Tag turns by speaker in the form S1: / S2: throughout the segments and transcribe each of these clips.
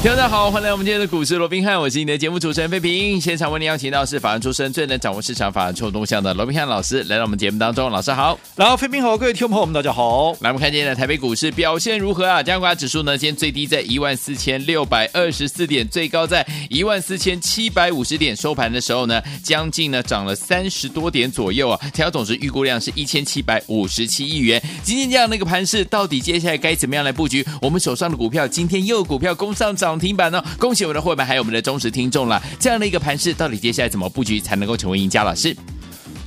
S1: 听众大家好，欢迎来我们今天的股市罗宾汉，我是你的节目主持人费平。现场为您邀请到是法案出身、最能掌握市场法案臭动向的罗宾汉老师来到我们节目当中，老师好。
S2: 然后，飞平好，各位听众朋友们，大家好。
S1: 来，我们看今天的台北股市表现如何啊？加权指数呢，今天最低在14,624点，最高在14,750点，收盘的时候呢，将近呢涨了三十多点左右啊。成交总值预估量是1,757亿元。今天这样的一个盘势，到底接下来该怎么样来布局？我们手上的股票今天又有股票攻上涨停板哦，恭喜我们的会员还有我们的忠实听众啦。这样的一个盘势，到底接下来怎么布局才能够成为赢家？老师，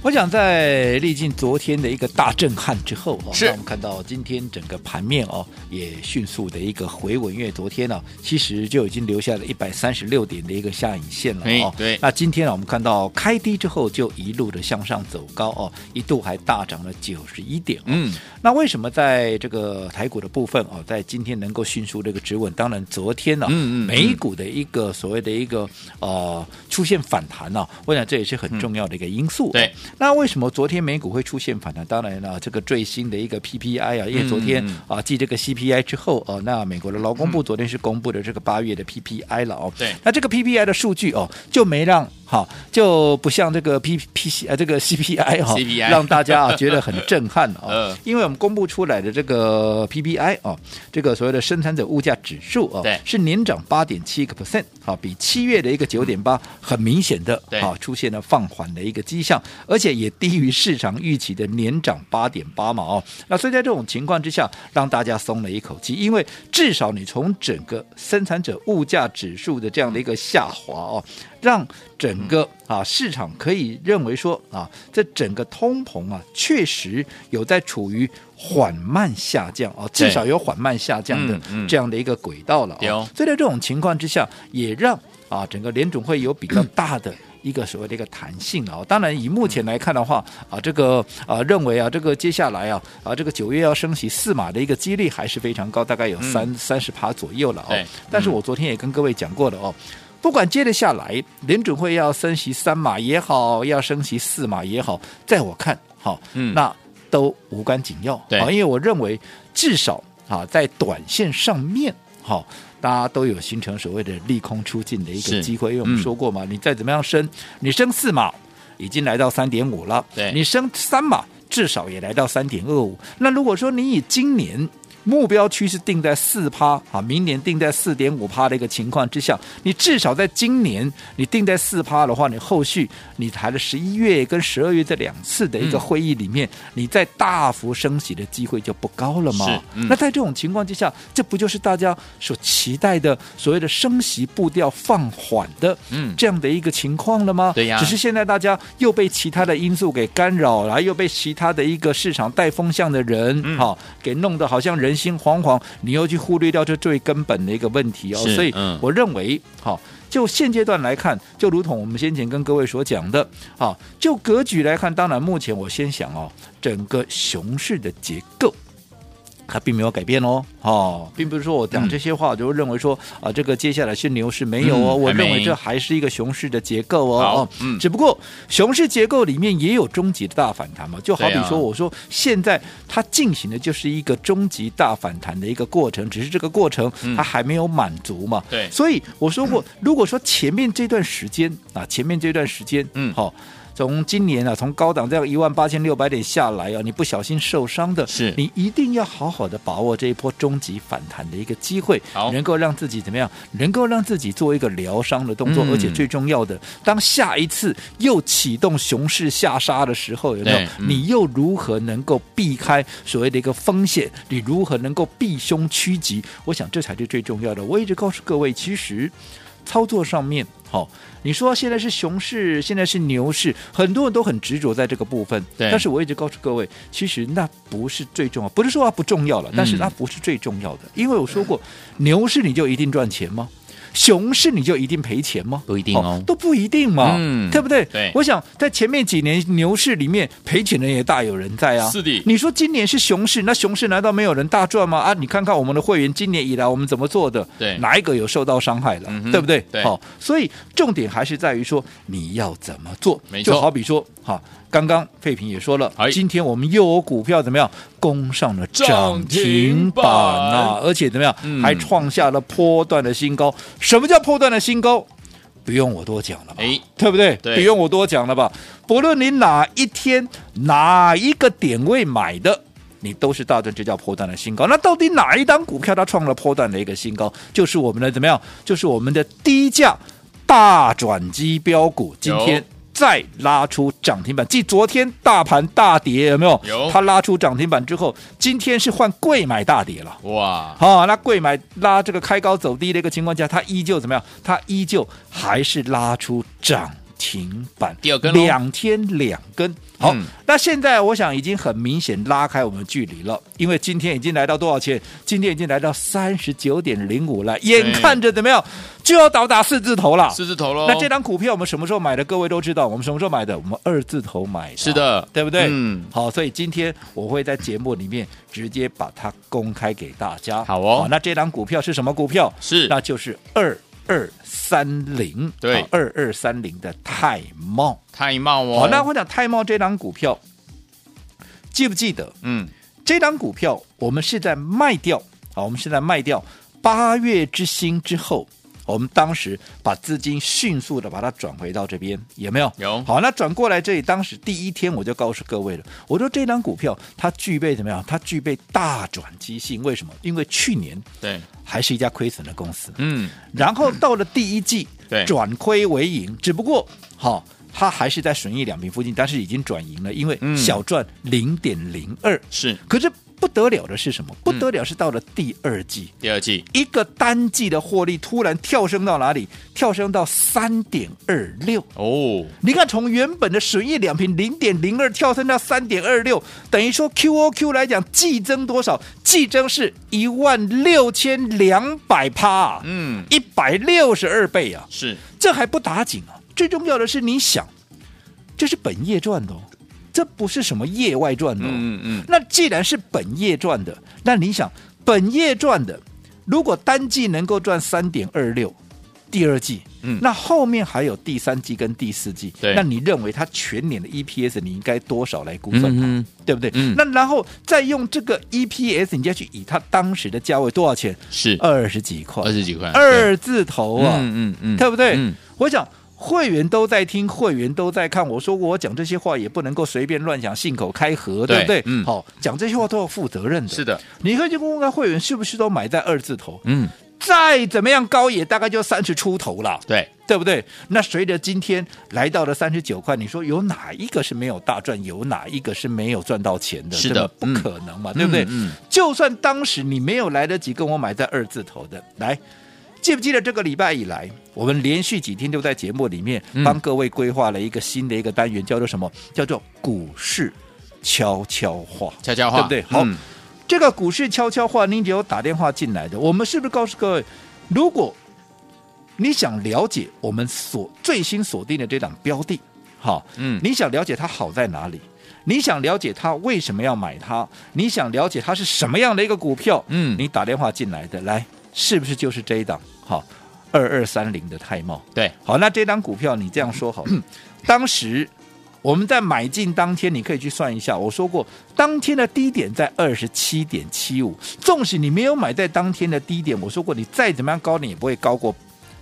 S2: 我想在历尽昨天的一个大震撼之后哦，
S1: 是
S2: 那我们看到今天整个盘面哦也迅速的一个回稳，因为昨天呢、其实就已经留下了一百三十六点的一个下影线了哦
S1: 哎。对
S2: 那今天呢、我们看到开低之后就一路的向上走高哦，一度还大涨了九十一点、哦。
S1: 嗯，
S2: 那为什么在这个台股的部分哦，在今天能够迅速这个止稳？当然，昨天呢、
S1: 嗯嗯嗯
S2: 美股的一个所谓的一个呃出现反弹呢、我想这也是很重要的一个因素、哦
S1: 对，
S2: 那为什么昨天美股会出现反弹？当然了，这个最新的一个 PPI 啊，因为昨天、
S1: 嗯嗯
S2: 啊继这个 CPI 之后哦、那美国的劳工部昨天是公布的这个八月的 PPI 了哦。
S1: 对
S2: 那这个 PPI 的数据哦，就没让好，就不像这个 P P C 呃这个 CPI 哈、哦
S1: CPI
S2: 让大家啊觉得很震撼 哦。
S1: 嗯
S2: 因为我们公布出来的这个 PPI 哦，这个所谓的生产者物价指数哦
S1: 对，
S2: 是年涨八点七个 percent，好，比七月的一个九点八，很明显的
S1: 对
S2: 好出现了放缓的一个迹象，而且也低于市场预期的年涨八点八嘛哦。那所以在这种情况之下，让大家松了一口气，因为至少你从整个生产者物价指数的这样的一个下滑哦，让整个啊市场可以认为说啊，这整个通膨啊确实有在处于缓慢下降哦，
S1: 对
S2: 至少有缓慢下降的
S1: 嗯嗯
S2: 这样的一个轨道了、啊
S1: 对哦
S2: 所以在这种情况之下，也让啊整个联总会有比较大的。一个所谓的一个弹性了哦，当然以目前来看的话，啊，这个啊认为啊，这个接下来啊啊这个九月要升息四码的一个几率还是非常高，大概有三三十趴左右了哦
S1: 嗯对。
S2: 但是我昨天也跟各位讲过了哦，不管接着下来，联准会要升息三码也好，要升息四码也好，在我看，好、
S1: 嗯
S2: 那都无关紧要，
S1: 对
S2: 好因为我认为至少啊，在短线上面，好、大家都有形成所谓的利空出尽的一
S1: 是
S2: 个机会，因为我们
S1: 嗯
S2: 说过嘛，你再怎么样升，你升四码已经来到三点五了，
S1: 对
S2: 你升三码至少也来到三点二五。那如果说你以今年目标趋势定在四趴啊，明年定在四点五趴的一个情况之下，你至少在今年你定在四趴的话，你后续你谈了十一月跟十二月这两次的一个
S1: 嗯
S2: 会议里面，你在大幅升息的机会就不高了嘛
S1: 是。嗯
S2: 那在这种情况之下，这不就是大家所期待的所谓的升息步调放缓的
S1: 嗯
S2: 这样的一个情况了吗？
S1: 对呀
S2: 啊只是现在大家又被其他的因素给干扰了，又被其他的一个市场带风向的人
S1: 嗯
S2: 哈、好给弄得好像人心惶惶，你又去忽略掉这最根本的一个问题哦。
S1: 是
S2: 所以
S1: 嗯
S2: 我认为，好、就现阶段来看，就如同我们先前跟各位所讲的，啊，就格局来看，当然目前我先想哦，整个熊市的结构。它并没有改变哦，哦，并不是说我
S1: 嗯
S2: 讲这些话就认为说啊、这个接下来是牛市没有哦，
S1: 嗯
S2: 我
S1: 还没
S2: 认为这还是一个熊市的结构哦，
S1: 好
S2: 哦
S1: 嗯
S2: 只不过熊市结构里面也有终极的大反弹嘛，就好比
S1: 对啊
S2: 说我说现在它进行的就是一个终极大反弹的一个过程，只是这个过程它还没有满足嘛，
S1: 嗯对
S2: 所以我说 过，如果说前面这段时间啊，前面这段时间，
S1: 嗯
S2: 好、从今年啊，从高档这样一万八千六百点下来啊，你不小心受伤的，
S1: 是
S2: 你一定要好好的把握这一波终极反弹的一个机会
S1: 好，
S2: 能够让自己怎么样，能够让自己做一个疗伤的动作，
S1: 嗯
S2: 而且最重要的，当下一次又启动熊市下杀的时候，有没有
S1: 对？嗯
S2: 你你又如何能够避开所谓的一个风险？你如何能够避凶趋吉？我想这才是最重要的。我一直告诉各位，其实操作上面，好、你说现在是熊市，现在是牛市，很多人都很执着在这个部分。
S1: 对
S2: 但是我一直告诉各位，其实那不是最重要，不是
S1: 嗯
S2: 说它不重要了，但是那不是最重要的，因为我说过，牛市你就一定赚钱吗？熊市你就一定赔钱吗？
S1: 不一定哦
S2: 都不一定嘛，
S1: 嗯
S2: 对不对？
S1: 对
S2: 我想在前面几年牛市里面赔钱的人也大有人在啊。
S1: 是的
S2: 你说今年是熊市，那熊市难道没有人大赚吗？啊，你看看我们的会员今年以来我们怎么做的？
S1: 对
S2: 哪一个有受到伤害了？
S1: 嗯哼
S2: 对不对？
S1: 对
S2: 好、所以重点还是在于说你要怎么做。
S1: 没错
S2: 就好比说，好、刚刚费平也说了
S1: 哎，
S2: 今天我们又有股票怎么样攻上了涨
S1: 涨停
S2: 停
S1: 板
S2: 板啊，而且怎么样、
S1: 嗯
S2: 还创下了波段的新高。什么叫波段的新高？不用我多讲了吧，
S1: 哎
S2: 对不对？
S1: 对
S2: 不用我多讲了吧。不论你哪一天哪一个点位买的，你都是大赚，这叫波段的新高。那到底哪一档股票它创了波段的一个新高？就是我们的怎么样？就是我们的低价大转机标股，今天。再拉出涨停板，继昨天大盘大跌有没有？
S1: 有
S2: 它拉出涨停板之后，今天是换贵买大跌了。
S1: 哇，
S2: 好、那贵买拉这个开高走低的一个情况下，它依旧怎么样？它依旧还是拉出涨停板，
S1: 第二根咯
S2: 两天两根。好，
S1: 嗯
S2: 那现在我想已经很明显拉开我们距离了，因为今天已经来到多少钱？今天已经来到三十九点零五了，眼看着怎么样就要倒打四字头了。
S1: 四字头喽，
S2: 那这张股票我们什么时候买的？各位都知道，我们什么时候买的？我们二字头买的。
S1: 是的，
S2: 对不对？
S1: 嗯，
S2: 好，所以今天我会在节目里面直接把它公开给大家。
S1: 好哦
S2: 那这档股票是什么股票？
S1: 是
S2: 那就是二二三零，
S1: 对
S2: 二二三零的泰茂。
S1: 太茂
S2: 好
S1: 哦，，
S2: 那我讲泰茂这档股票，记不记得
S1: 嗯，
S2: 这档股票我们是在卖掉？好，我们是在卖掉八月之星之后。我们当时把资金迅速的把它转回到这边，有没有？
S1: 有
S2: 好，那转过来这里，当时第一天我就告诉各位了，我说这档股票它具备怎么样？它具备大转机性，为什么？因为去年
S1: 对，
S2: 还是一家亏损的公司，
S1: 嗯，
S2: 然后到了第一季，
S1: 对
S2: 转亏为盈，只不过好。它还是在损益两平附近，但是已经转盈了，因为
S1: 嗯
S2: 小赚零点零二。
S1: 是嗯
S2: 可是不得了的是什么？不得了是到了第二季，
S1: 第二季，
S2: 一个单季的获利突然跳升到哪里？跳升到三点二六。
S1: 哦，
S2: 你看，从原本的损益两平零点零二跳升到三点二六，等于说 QOQ 来讲，季增多少？季增是一万六千两百趴，啊
S1: 嗯，
S2: 一百六十二倍啊！
S1: 是
S2: 这还不打紧啊，最重要的是，你想，这是本业赚的哦，这不是什么业外赚的、哦。
S1: 嗯嗯
S2: 那既然是本业赚的，那你想，本业赚的，如果单季能够赚三点二六，第二季，
S1: 嗯
S2: 那后面还有第三季跟第四季，
S1: 对
S2: 那你认为它全年的 EPS 你应该多少来估算它？
S1: 嗯
S2: 对不对？
S1: 嗯
S2: 那然后再用这个 EPS，你再去以它当时的价位多少钱？
S1: 是
S2: 二十几块，
S1: 二十几块，
S2: 二字头啊，
S1: 啊嗯嗯嗯
S2: 对不对？
S1: 嗯
S2: 我想会员都在听，会员都在看。我说过，我讲这些话也不能够随便乱讲，信口开河，
S1: 对
S2: 对不对？
S1: 嗯
S2: 好，讲这些话都要负责任的。
S1: 是的，
S2: 你可以去问问会员是不是都买在二字头，
S1: 嗯，
S2: 再怎么样高也大概就三十出头了。
S1: 对，
S2: 对不对？那随着今天来到了三十九块，你说有哪一个是没有大赚，有哪一个是没有赚到钱的？
S1: 是
S2: 对
S1: 的
S2: 吧不可能嘛，
S1: 嗯
S2: 对不对、
S1: 嗯嗯
S2: 就算当时你没有来得及跟我买在二字头的，来。记不记得这个礼拜以来，我们连续几天都在节目里面
S1: 嗯
S2: 帮各位规划了一个新的一个单元，叫做什么？叫做股市悄悄话。
S1: 悄悄话，
S2: 对不对？好，
S1: 嗯
S2: 这个股市悄悄话，你只有打电话进来的，我们是不是告诉各位，如果你想了解我们所最新锁定的这档标的，好，
S1: 嗯
S2: 你想了解它好在哪里？你想了解它为什么要买它？你想了解它是什么样的一个股票？
S1: 嗯
S2: 你打电话进来的，来，是不是就是这一档？好，二二三零的泰茂。
S1: 对，
S2: 好，那这张股票你这样说好了，当时我们在买进当天，你可以去算一下，我说过当天的低点在二十七点七五，纵使你没有买在当天的低点，我说过你再怎么样高点也不会高过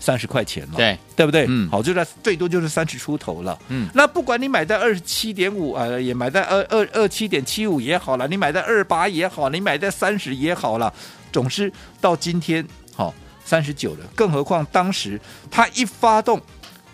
S2: 三十块钱了。
S1: 对，
S2: 对不对？
S1: 嗯
S2: 好，就在最多就是三十出头了。
S1: 嗯
S2: 那不管你买在二十七点五，呃，也买在二二二七点七五也好了，你买在二八也好，你买在三十也好了，总之到今天好三十九了。更何况当时它一发动。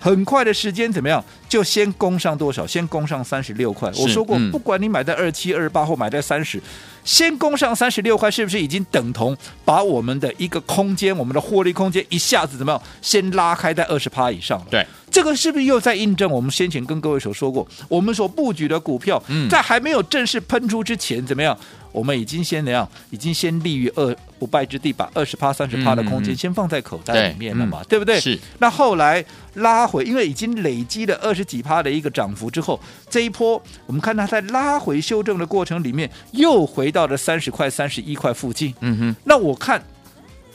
S2: 很快的时间怎么样？就先攻上多少？先攻上三十六块。
S1: 是
S2: 我说过，
S1: 嗯
S2: 不管你买在二七、二八或买在三十，先攻上三十六块，是不是已经等同把我们的一个空间、我们的获利空间一下子怎么样？先拉开在二十趴以上了。
S1: 对，
S2: 这个是不是又在印证我们先前跟各位所说过，我们所布局的股票，
S1: 嗯
S2: 在还没有正式喷出之前，怎么样？我们已经先怎样？已经先立于二不败之地，把二十趴、三十趴的
S1: 嗯
S2: 空
S1: 嗯
S2: 间先放在口袋里面了嘛，
S1: 对嗯
S2: 对不对？
S1: 是。
S2: 那后来拉回，因为已经累积了二十几趴的一个涨幅之后，这一波我们看它在拉回修正的过程里面，又回到了三十块、三十一块附近。
S1: 嗯哼，
S2: 那我看，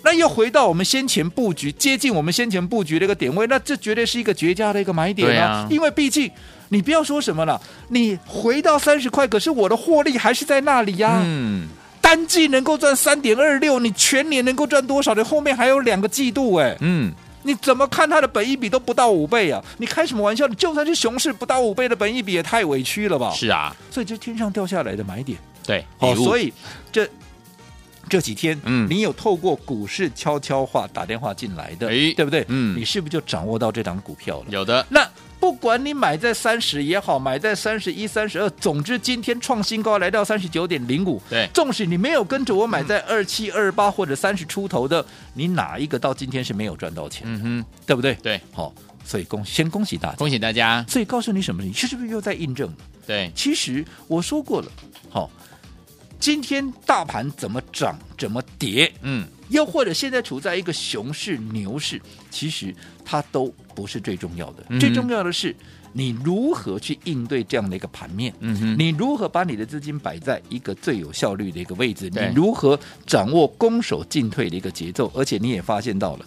S2: 那又回到我们先前布局，接近我们先前布局的一个点位，那这绝对是一个绝佳的一个买点
S1: 对啊
S2: 啊！因为毕竟你不要说什么了，你回到三十块，可是我的获利还是在那里呀、
S1: 嗯，
S2: 单季能够赚三点二六，你全年能够赚多少？你后面还有两个季度哎、
S1: 嗯，
S2: 你怎么看它的本益比都不到五倍啊！你开什么玩笑？你就算是熊市不到五倍的本益比也太委屈了吧？，
S1: 是啊，
S2: 所以这天上掉下来的买点。
S1: 对，
S2: 好，
S1: 礼物
S2: 哦所以这这几天，
S1: 嗯
S2: 嗯，你有透过股市悄悄话打电话进来的，
S1: 哎
S2: 对不对？
S1: 嗯
S2: 嗯，你是不是就掌握到这档股票了？
S1: 有的，
S2: 那不管你买在三十也好，买在三十一、三十二，总之今天创新高来到三十九点零五。
S1: 对
S2: 纵使你没有跟着我买在二七、二八或者三十出头的，你哪一个到今天是没有赚到钱，
S1: 嗯哼，
S2: 对不对？
S1: 对，
S2: 好、所以恭先恭喜大家。
S1: 恭喜大家，
S2: 所以告诉你什么？你是不是又在印证？
S1: 对，
S2: 其实我说过了，好、今天大盘怎么涨，怎么跌，
S1: 嗯，
S2: 又或者现在处在一个熊市、牛市，其实它都不是最重要的。
S1: 嗯哼
S2: 最重要的是你如何去应对这样的一个盘面。
S1: 嗯哼，
S2: 你如何把你的资金摆在一个最有效率的一个位置？你
S1: 对
S2: 如何掌握攻守进退的一个节奏？而且你也发现到了，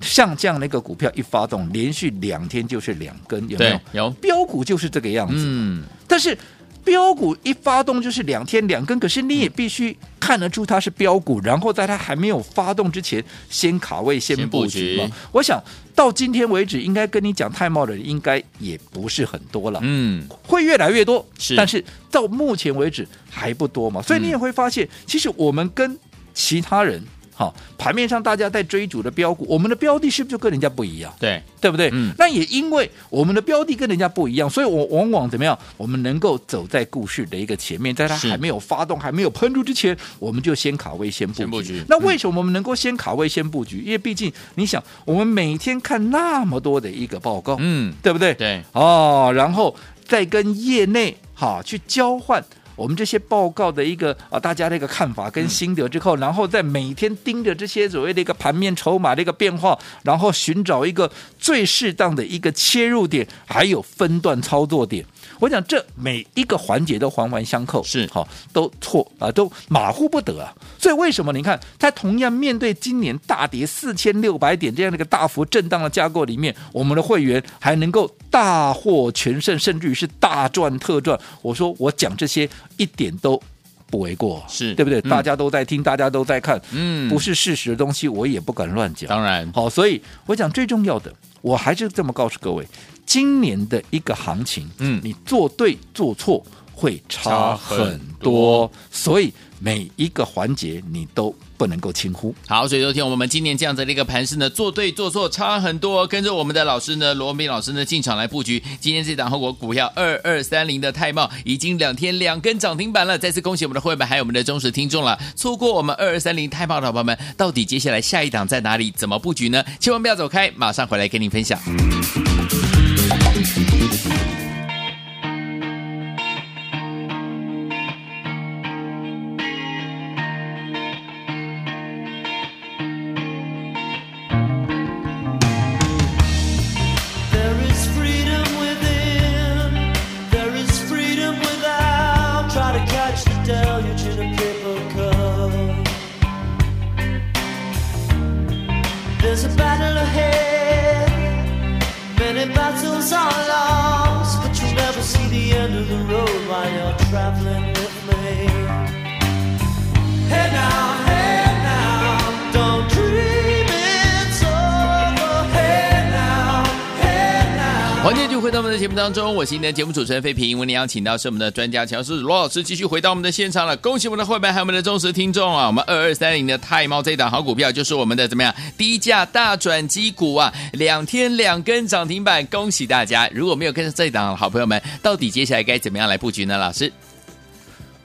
S2: 像这样的一个股票一发动，连续两天就是两根，有没有
S1: 对？，有，
S2: 标股就是这个样子。
S1: 嗯，
S2: 但是标股一发动就是两天两根，可是你也必须看得出它是标股，然后在它还没有发动之前，先卡位、先
S1: 先布
S2: 布局
S1: 局
S2: 嘛。我想到今天为止，应该跟你讲太茂的人应该也不是很多了。
S1: 嗯，
S2: 会越来越多，
S1: 是嗯
S2: 但是到目前为止还不多嘛，所以你也会发现，其实我们跟其他人，好盘面上大家在追逐的标股，我们的标的是不是就跟人家不一样？
S1: 对，
S2: 对不对？
S1: 嗯
S2: 那也因为我们的标的跟人家不一样，所以我往往怎么样，我们能够走在故事的一个前面，在它
S1: 是
S2: 还没有发动、还没有喷出之前，我们就先卡位、先布局。
S1: 先布局
S2: 那为什么我们能够先卡位、先布局？因为毕竟你想，我们每天看那么多的一个报告，
S1: 嗯，
S2: 对不对？
S1: 对，
S2: 哦，然后再跟业内哈去交换。我们这些报告的一个啊，大家的一个看法跟心得之后，然后再每天盯着这些所谓的一个盘面筹码的一个变化，然后寻找一个最适当的一个切入点，还有分段操作点。我想这每一个环节都环环相扣，
S1: 是
S2: 好、都错啊、都马虎不得啊。所以为什么你看它同样面对今年大跌四千六百点这样的一个大幅震荡的架构里面，我们的会员还能够大获全胜，甚至于是大赚特赚。我说我讲这些一点都。不为过，
S1: 是
S2: 对不对？
S1: 嗯
S2: 大家都在听，大家都在看，
S1: 嗯
S2: 不是事实的东西，我也不敢乱讲。
S1: 当然，
S2: 好，所以我讲最重要的，我还是这么告诉各位，今年的一个行情，
S1: 嗯
S2: 你做对做错会
S1: 差
S2: 差
S1: 很
S2: 很
S1: 多
S2: 多，所以每一个环节你都不能够轻忽。
S1: 好，所以昨天我们今年这样子的一个盘势呢，做对做错差很多。跟着我们的老师呢，罗文斌老师呢进场来布局，今天这档后果股票二二三零的泰茂已经两天两根涨停板了，再次恭喜我们的会员们还有我们的忠实听众了。错过我们二二三零泰茂的好朋友们，到底接下来下一档在哪里？怎么布局呢？千万不要走开，马上回来跟您分享。
S3: There is freedom within. There is freedom without. Try to catch the deluge in a paper cup. There's a battle ahead. Many battles are lost, but you'll never see the end of the road while you're traveling with me. Hey now, hey now, don't dream it's over. Hey now, hey now.
S1: 欢迎继续回到我们的节目当中，我是您的节目主持人费平。为您邀请到是我们的专家乔治罗老师，继续回到我们的现场了。恭喜我们的会员还有我们的忠实听众啊！我们二二三零的泰猫这一档好股票，就是我们的怎么样低价大转机股啊，两天两根涨停板，恭喜大家！如果没有跟上这一档的好朋友们，到底接下来该怎么样来布局呢？老师，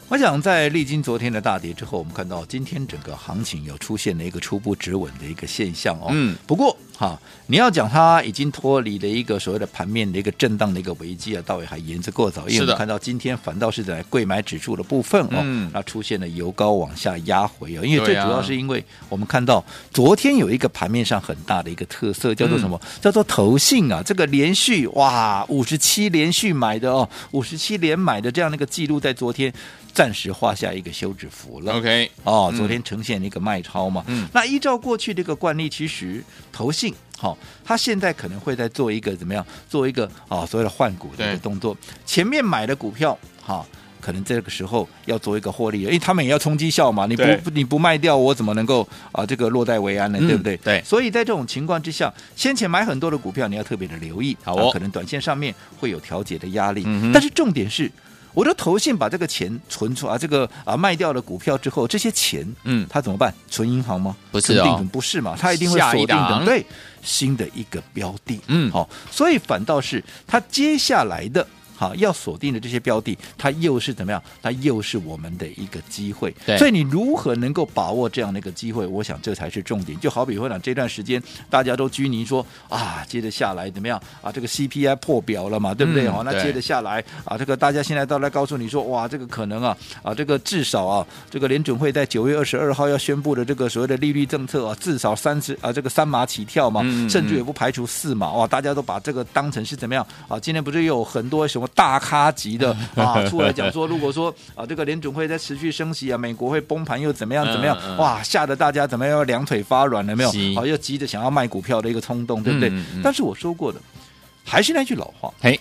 S2: 我想在历经昨天的大跌之后，我们看到今天整个行情有出现了一个初步止稳的一个现象哦。
S1: 嗯，
S2: 不过好，你要讲它已经脱离了一个所谓的盘面的一个震荡的一个危机啊，倒也还言之过早，因为
S1: 是
S2: 我
S1: 的
S2: 们看到今天反倒是在贵买指数的部分哦，
S1: 嗯
S2: 那出现了由高往下压回哦，因为最
S1: 对啊
S2: 主要是因为我们看到昨天有一个盘面上很大的一个特色叫做什么？叫做投信啊，这个连续哇五十七连续买的哦，五十七连买的这样的一个记录，在昨天暂时画下一个休止符了。
S1: OK，
S2: 哦，
S1: 嗯
S2: 昨天呈现一个卖超嘛。
S1: 嗯
S2: 那依照过去的一个惯例，其实投信。好、它现在可能会在做一个怎么样？做一个啊、所谓的换股的一
S1: 对
S2: 个动作。前面买的股票，哈、可能这个时候要做一个获利，因为他们也要冲绩效嘛。你不
S1: 对
S2: 不你不卖掉，我怎么能够啊、这个落袋为安呢？
S1: 嗯
S2: 对不对？
S1: 对
S2: 所以在这种情况之下，先前买很多的股票，你要特别的留意，
S1: 好哦
S2: 啊可能短线上面会有调节的压力。
S1: 嗯哼
S2: 但是重点是，我的投信把这个钱存出啊，这个啊卖掉了股票之后，这些钱，
S1: 嗯
S2: 他怎么办？存银行吗？
S1: 不是哦
S2: 肯定不是嘛，他一定会
S1: 下
S2: 锁
S1: 一
S2: 定
S1: 档
S2: 的对新的一个标的，
S1: 嗯
S2: 好、哦所以反倒是他接下来的。好，要锁定的这些标的，它又是怎么样？它又是我们的一个机会
S1: 对。
S2: 所以你如何能够把握这样的一个机会？我想这才是重点。就好比会长这段时间大家都拘泥说啊，接着下来怎么样啊？这个 CPI 破表了嘛，对不对？
S1: 嗯
S2: 好、那
S1: 对
S2: 接着下来啊，这个大家现在都来告诉你说，哇，这个可能啊啊，这个至少啊，这个联准会在九月二十二号要宣布的这个所谓的利率政策啊，至少三十啊，这个三码起跳嘛，
S1: 嗯嗯
S2: 甚至也不排除四码哇，大家都把这个当成是怎么样啊？今天不是有很多什么大咖级 的啊出来讲说，如果说啊这个联准会在持续升息啊，美国会崩盘又怎么样怎么样？
S1: 嗯嗯
S2: 哇，吓得大家怎么样要两腿发软了没有？啊
S1: 是
S2: 好、又急着想要卖股票的一个冲动，对不对？
S1: 嗯嗯
S2: 但是我说过的，还是那句老话，
S1: 嘿，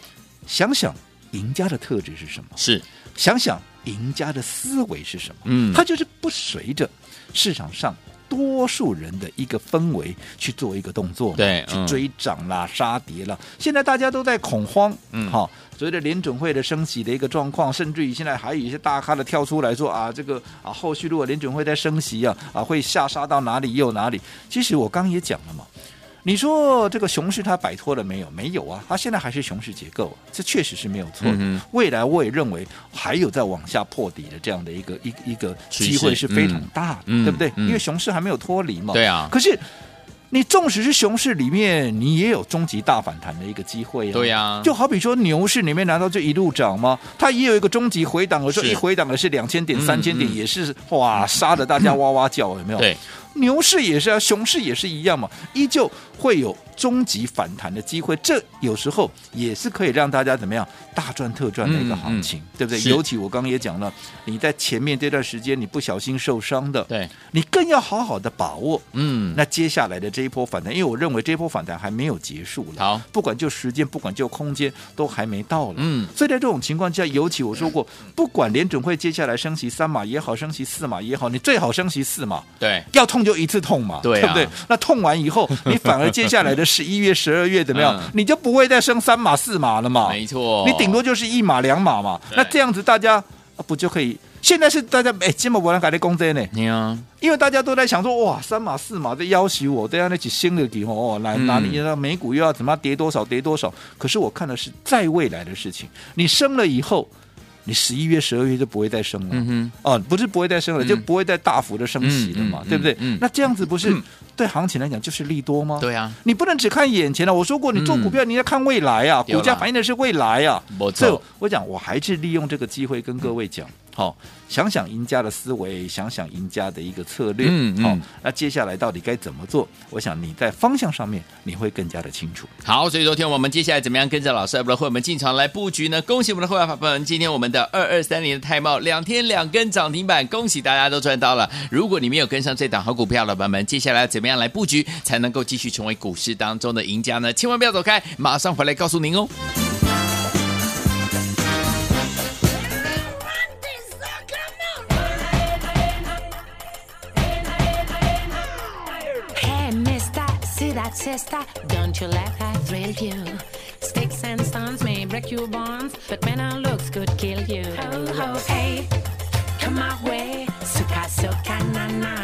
S2: 想想赢家的特质是什么？
S1: 是，
S2: 想想赢家的思维是什么？
S1: 嗯
S2: 他就是不随着市场上多数人的一个氛围去做一个动作嘛，
S1: 对
S2: 去
S1: 嗯
S2: 追涨啦、杀跌啦。现在大家都在恐慌，
S1: 嗯
S2: 好、随着联准会的升息的一个状况，甚至于现在还有一些大咖的跳出来说啊，这个啊，后续如果联准会在升息啊，啊会下杀到哪里又哪里。其实我刚也讲了嘛。你说这个熊市它摆脱了没有？没有啊，它现在还是熊市结构啊、这确实是没有错的。
S1: 嗯
S2: 未来我也认为还有在往下破底的这样的一个一一个
S1: 趋势
S2: 机会是非常大的，
S1: 嗯
S2: 对不对？
S1: 嗯
S2: 因为熊市还没有脱离嘛。
S1: 对啊
S2: 可是你纵使是熊市里面，你也有终极大反弹的一个机会呀、啊
S1: 对呀
S2: 就好比说牛市里面，难道就一路涨吗？它也有一个终极回档，有时候
S1: 是
S2: 一回档也是两千点、
S1: 嗯
S2: 三千点，
S1: 嗯
S2: 也是哇杀的大家哇哇叫，有没有？
S1: 对，
S2: 牛市也是啊，熊市也是一样嘛，依旧会有终极反弹的机会。这有时候也是可以让大家怎么样大赚特赚的一个行情，对不对？
S1: 嗯是
S2: 尤其我刚刚也讲了，你在前面这段时间你不小心受伤的，
S1: 对，
S2: 你更要好好的把握。
S1: 嗯，
S2: 那接下来的这一波反弹，因为我认为这一波反弹还没有结束了，
S1: 好，
S2: 不管就时间，不管就空间，都还没到了。
S1: 嗯
S2: 所以在这种情况下，尤其我说过，不管联准会接下来升息三码也好，升息四码也好，你最好升息四码，
S1: 对，
S2: 要痛就一次痛嘛，
S1: 对啊
S2: 不对？那痛完以后， 你反而接下来的十一月、十二月怎么样？
S1: 嗯
S2: 你就不会再升三码、四码了嘛？
S1: 没错，
S2: 哦你顶多就是一码、两码嘛。
S1: 对
S2: 那这样子大家啊不就可以？现在是大家哎，今晚我来改的工资呢，
S1: 你啊，
S2: 因为大家都在想说，哇，三码四码在要挟我，这样那起新的底哦，哪
S1: 嗯
S2: 哪里那美股又要怎么样跌多少跌多少？可是我看的是在未来的事情，你升了以后，你十一月、十二月就不会再升了。
S1: 嗯哼，
S2: 哦，不是不会再升了，
S1: 嗯
S2: 就不会再大幅的升息了嘛，
S1: 嗯嗯
S2: 对不对？
S1: 嗯嗯
S2: 那这样子不是对行情来讲就是利多吗？
S1: 对啊，
S2: 你不能只看眼前了、啊我说过，你做股票你要看未来啊，
S1: 有啦
S2: 股价反映的是未来啊。
S1: 没
S2: 所以
S1: 错，嗯
S2: 我讲，我还是利用这个机会跟各位讲，好、想想赢家的思维，想想赢家的一个策略，
S1: 嗯嗯
S2: 好、那接下来到底该怎么做？我想你在方向上面你会更加的清楚。
S1: 好，所以昨天我们接下来怎么样跟着老师，不是会我们进场来布局呢？恭喜我们的会员朋友们，今天我们的二二三零的泰茂两天两根涨停板，恭喜大家都赚到了。如果你没有跟上这档好股票，老板们，接下来怎么样来布局才能够继续成为股市当中的赢家呢？千万不要走开，马上回来告诉您哦。
S4: Hey, mister, see that sister? Don't you let her thrill you? Sticks and stones may break your bones, but men and looks could kill you. Ho, ho, hey, come my way. Suka, suka, na, na.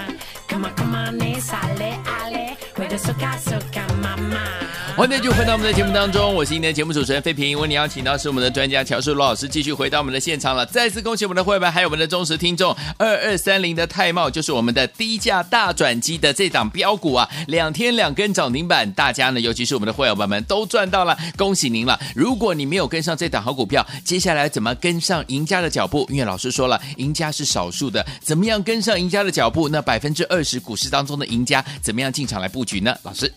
S4: Come on, come on, it's ale, ale. With the suka, suka, mama.
S1: 欢迎继续回到我们的节目当中，我是今天的节目主持人费平。为你邀请到是我们的专家乔树罗老师，继续回到我们的现场了。再次恭喜我们的会员，还有我们的忠实听众二二三零的泰茂，就是我们的低价大转机的这档标股啊，两天两根涨停板，大家呢，尤其是我们的会员们都赚到了，恭喜您了。如果你没有跟上这档好股票，接下来怎么跟上赢家的脚步？因为老师说了，赢家是少数的，怎么样跟上赢家的脚步？那百分之二十股市当中的赢家，怎么样进场来布局呢？老师，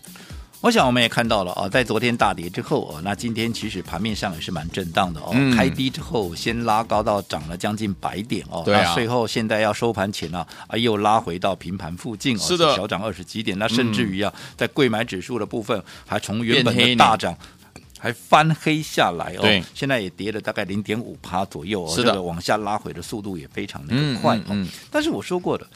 S2: 我想我们也看到了啊，在昨天大跌之后啊，那今天其实盘面上也是蛮震荡的哦。
S1: 嗯
S2: 开低之后先拉高到涨了将近百点哦，
S1: 对啊
S2: 那最后现在要收盘前啊，啊又拉回到平盘附近哦，
S1: 是的嗯
S2: 小涨二十几点，那甚至于啊，在贵买指数的部分还从原本
S1: 变黑呢
S2: 的大涨。还翻黑下来哦
S1: 对，
S2: 现在也跌了大概零点五趴左右哦，
S1: 是的
S2: 这个往下拉回的速度也非常的
S1: 嗯
S2: 快哦。
S1: 嗯嗯
S2: 但是我说过的，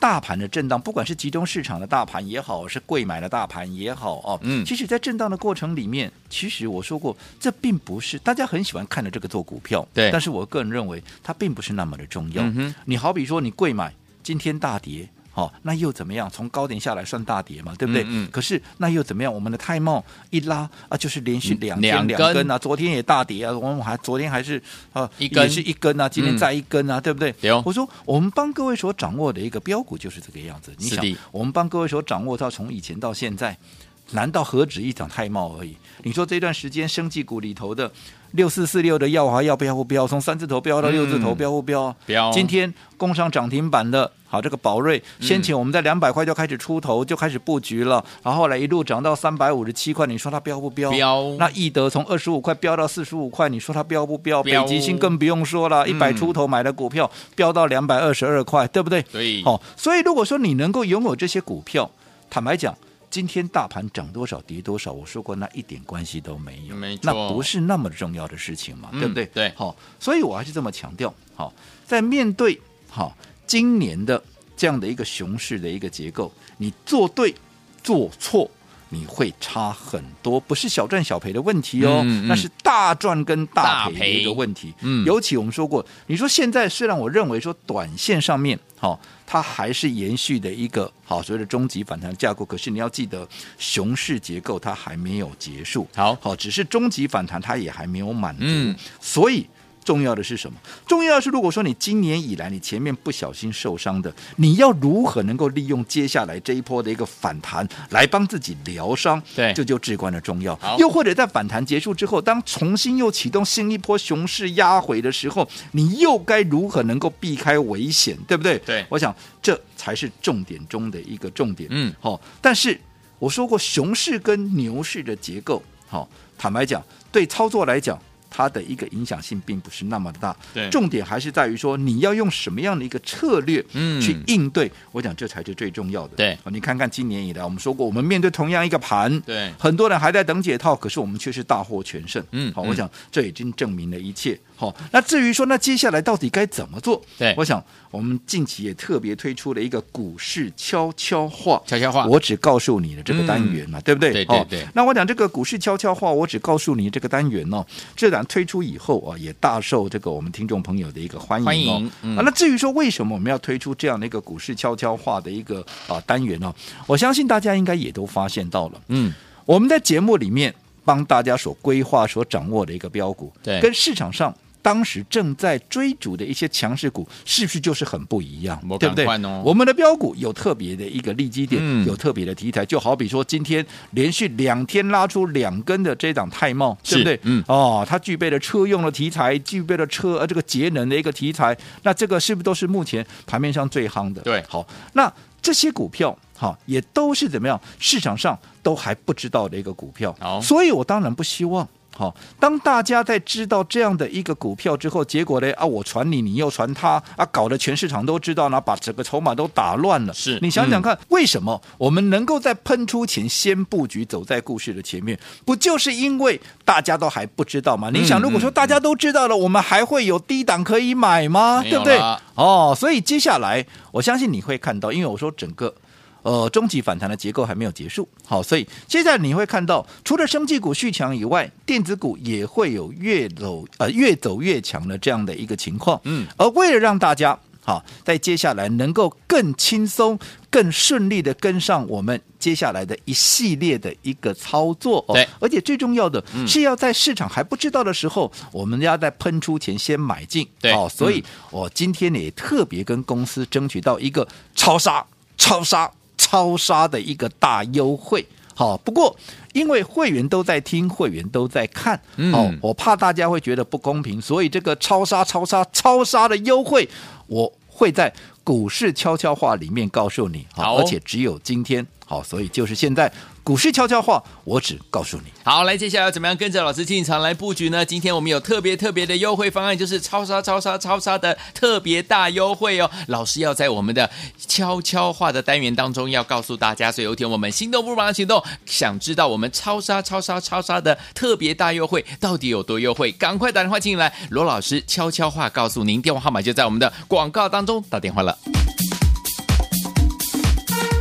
S2: 大盘的震荡，不管是集中市场的大盘也好，是贵买的大盘也好哦，
S1: 嗯
S2: 其实，在震荡的过程里面，其实我说过，这并不是大家很喜欢看的这个做股票，
S1: 对
S2: 但是我个人认为，它并不是那么的重要。
S1: 嗯哼
S2: 你好比说，你贵买今天大跌。好、那又怎么样？从高点下来算大跌嘛，对不对？
S1: 嗯嗯
S2: 可是那又怎么样？我们的泰茂一拉啊，就是连续两
S1: 嗯两
S2: 天
S1: 根
S2: 两根啊，昨天也大跌啊，我们还昨天还是啊
S1: 一根
S2: 也是一根啊，今天
S1: 嗯
S2: 再一根啊，对不对？
S1: 对哦
S2: 我说我们帮各位所掌握的一个标股就是这个样子。你
S1: 是
S2: 想
S1: 的，
S2: 我们帮各位所掌握到从以前到现在，难道何止一档泰茂而已？你说这段时间生技股里头的六四四六的耀华要标不标？从三字头标到六字头
S1: 嗯
S2: 标不标啊？
S1: 标
S2: 今天工商涨停板的，好，这个宝瑞，
S1: 嗯
S2: 先前我们在两百块就开始出头，就开始布局了，然后后来一路涨到三百五十七块，你说它标不标？
S1: 标
S2: 那易德从二十五块飙到四十五块，你说它标不标？
S1: 标
S2: 北极星更不用说了，一百
S1: 嗯
S2: 出头买的股票飙到两百二十二块，对不对？
S1: 对
S2: 好、所以如果说你能够拥有这些股票，坦白讲，今天大盘涨多少跌多少，我说过那一点关系都没有，
S1: 没错
S2: 那不是那么重要的事情嘛，
S1: 嗯
S2: 对不对？
S1: 对
S2: 好、所以我还是这么强调，好、在面对好、今年的这样的一个熊市的一个结构，你做对做错。你会差很多，不是小赚小赔的问题哦，
S1: 嗯嗯
S2: 那是大赚跟大
S1: 大
S2: 赔的
S1: 赔
S2: 一个问题。
S1: 嗯
S2: 尤其我们说过，你说现在虽然我认为说短线上面，好、它还是延续的一个好所谓的终极反弹架构，可是你要记得，熊市结构它还没有结束，
S1: 好
S2: 好，只是终极反弹它也还没有满足，
S1: 嗯
S2: 所以。重要的是什么？重要的是，如果说你今年以来你前面不小心受伤的，你要如何能够利用接下来这一波的一个反弹来帮自己疗伤？
S1: 对
S2: 这就至关的重要
S1: 好。
S2: 又或者在反弹结束之后，当重新又启动新一波熊市压回的时候，你又该如何能够避开危险？对不对？
S1: 对
S2: 我想这才是重点中的一个重点。
S1: 嗯
S2: 好、但是我说过，熊市跟牛市的结构，好、坦白讲，对操作来讲。它的一个影响性并不是那么的大，
S1: 对
S2: 重点还是在于说你要用什么样的一个策略，
S1: 嗯
S2: 去应对。我讲这才是最重要的。
S1: 对
S2: 哦，你看看今年以来，我们说过，我们面对同样一个盘，
S1: 对
S2: 很多人还在等解套，可是我们却是大获全胜。
S1: 嗯
S2: 好，
S1: 嗯
S2: 我想这已经证明了一切。好、那至于说那接下来到底该怎么做？
S1: 对
S2: 我想我们近期也特别推出了一个股市悄悄话，
S1: 悄悄话嗯
S2: 我只告诉你的这个单元嘛，对不对？
S1: 对对
S2: 哦
S1: 对
S2: 那我讲这个股市悄悄话，我只告诉你这个单元哦，这档推出以后啊，也大受这个我们听众朋友的一个欢迎、哦。
S1: 欢迎嗯
S2: 啊，那至于说为什么我们要推出这样的一个股市悄悄话的一个啊、单元呢、我相信大家应该也都发现到了，
S1: 嗯，
S2: 我们在节目里面帮大家所规划、所掌握的一个标股，
S1: 对
S2: 跟市场上。当时正在追逐的一些强势股，是不是就是很不一样
S1: 没，
S2: 对不对
S1: 赶快哦？
S2: 我们的标股有特别的一个利基点，
S1: 嗯
S2: 有特别的题材，就好比说今天连续两天拉出两根的这档泰茂，对不
S1: 是
S2: 对？
S1: 嗯
S2: 哦，它具备了车用的题材，具备了车呃这个节能的一个题材，那这个是不是都是目前盘面上最夯的？
S1: 对
S2: 好，那这些股票。好，也都是怎么样？市场上都还不知道的一个股票，
S1: 好
S2: 所以我当然不希望。好，当大家在知道这样的一个股票之后，结果呢啊，我传你，你又传他啊，搞得全市场都知道，然后把整个筹码都打乱了。
S1: 是嗯
S2: 你想想看，为什么我们能够在喷出前先布局，走在故事的前面？不就是因为大家都还不知道
S1: 嗯
S2: 吗？你想，如果说大家都知道了，我们还会有低档可以买吗？
S1: 没有
S2: 对不对
S1: 啦？
S2: 哦，所以接下来我相信你会看到，因为我说整个。呃，中级反弹的结构还没有结束，好，所以现在你会看到，除了生技股续强以外，电子股也会有越走呃越走越强的这样的一个情况。
S1: 嗯，
S2: 而为了让大家好，在接下来能够更轻松、更顺利的跟上我们接下来的一系列的一个操作、哦。
S1: 对嗯
S2: 而且最重要的是要在市场还不知道的时候，我们要在喷出前先买进。
S1: 对
S2: 哦，所以我今天也特别跟公司争取到一个超杀、超杀、超杀的一个大优惠。好，不过因为会员都在听，会员都在看，
S1: 嗯
S2: 哦，我怕大家会觉得不公平，所以这个超杀、超杀、超杀的优惠，我会在股市悄悄话里面告诉你，
S1: 好哦
S2: 而且只有今天，好，所以就是现在股市悄悄话，我只告诉你。
S1: 好，来，接下来要怎么样跟着老师进场来布局呢？今天我们有特别特别的优惠方案，就是超杀、超杀、超杀的特别大优惠哦。老师要在我们的悄悄话的单元当中要告诉大家，所以有一天我们心动不如马上行动，想知道我们超杀、超杀、超杀的特别大优惠到底有多优惠？赶快打电话进来，罗老师悄悄话告诉您，电话号码就在我们的广告当中，打电话了。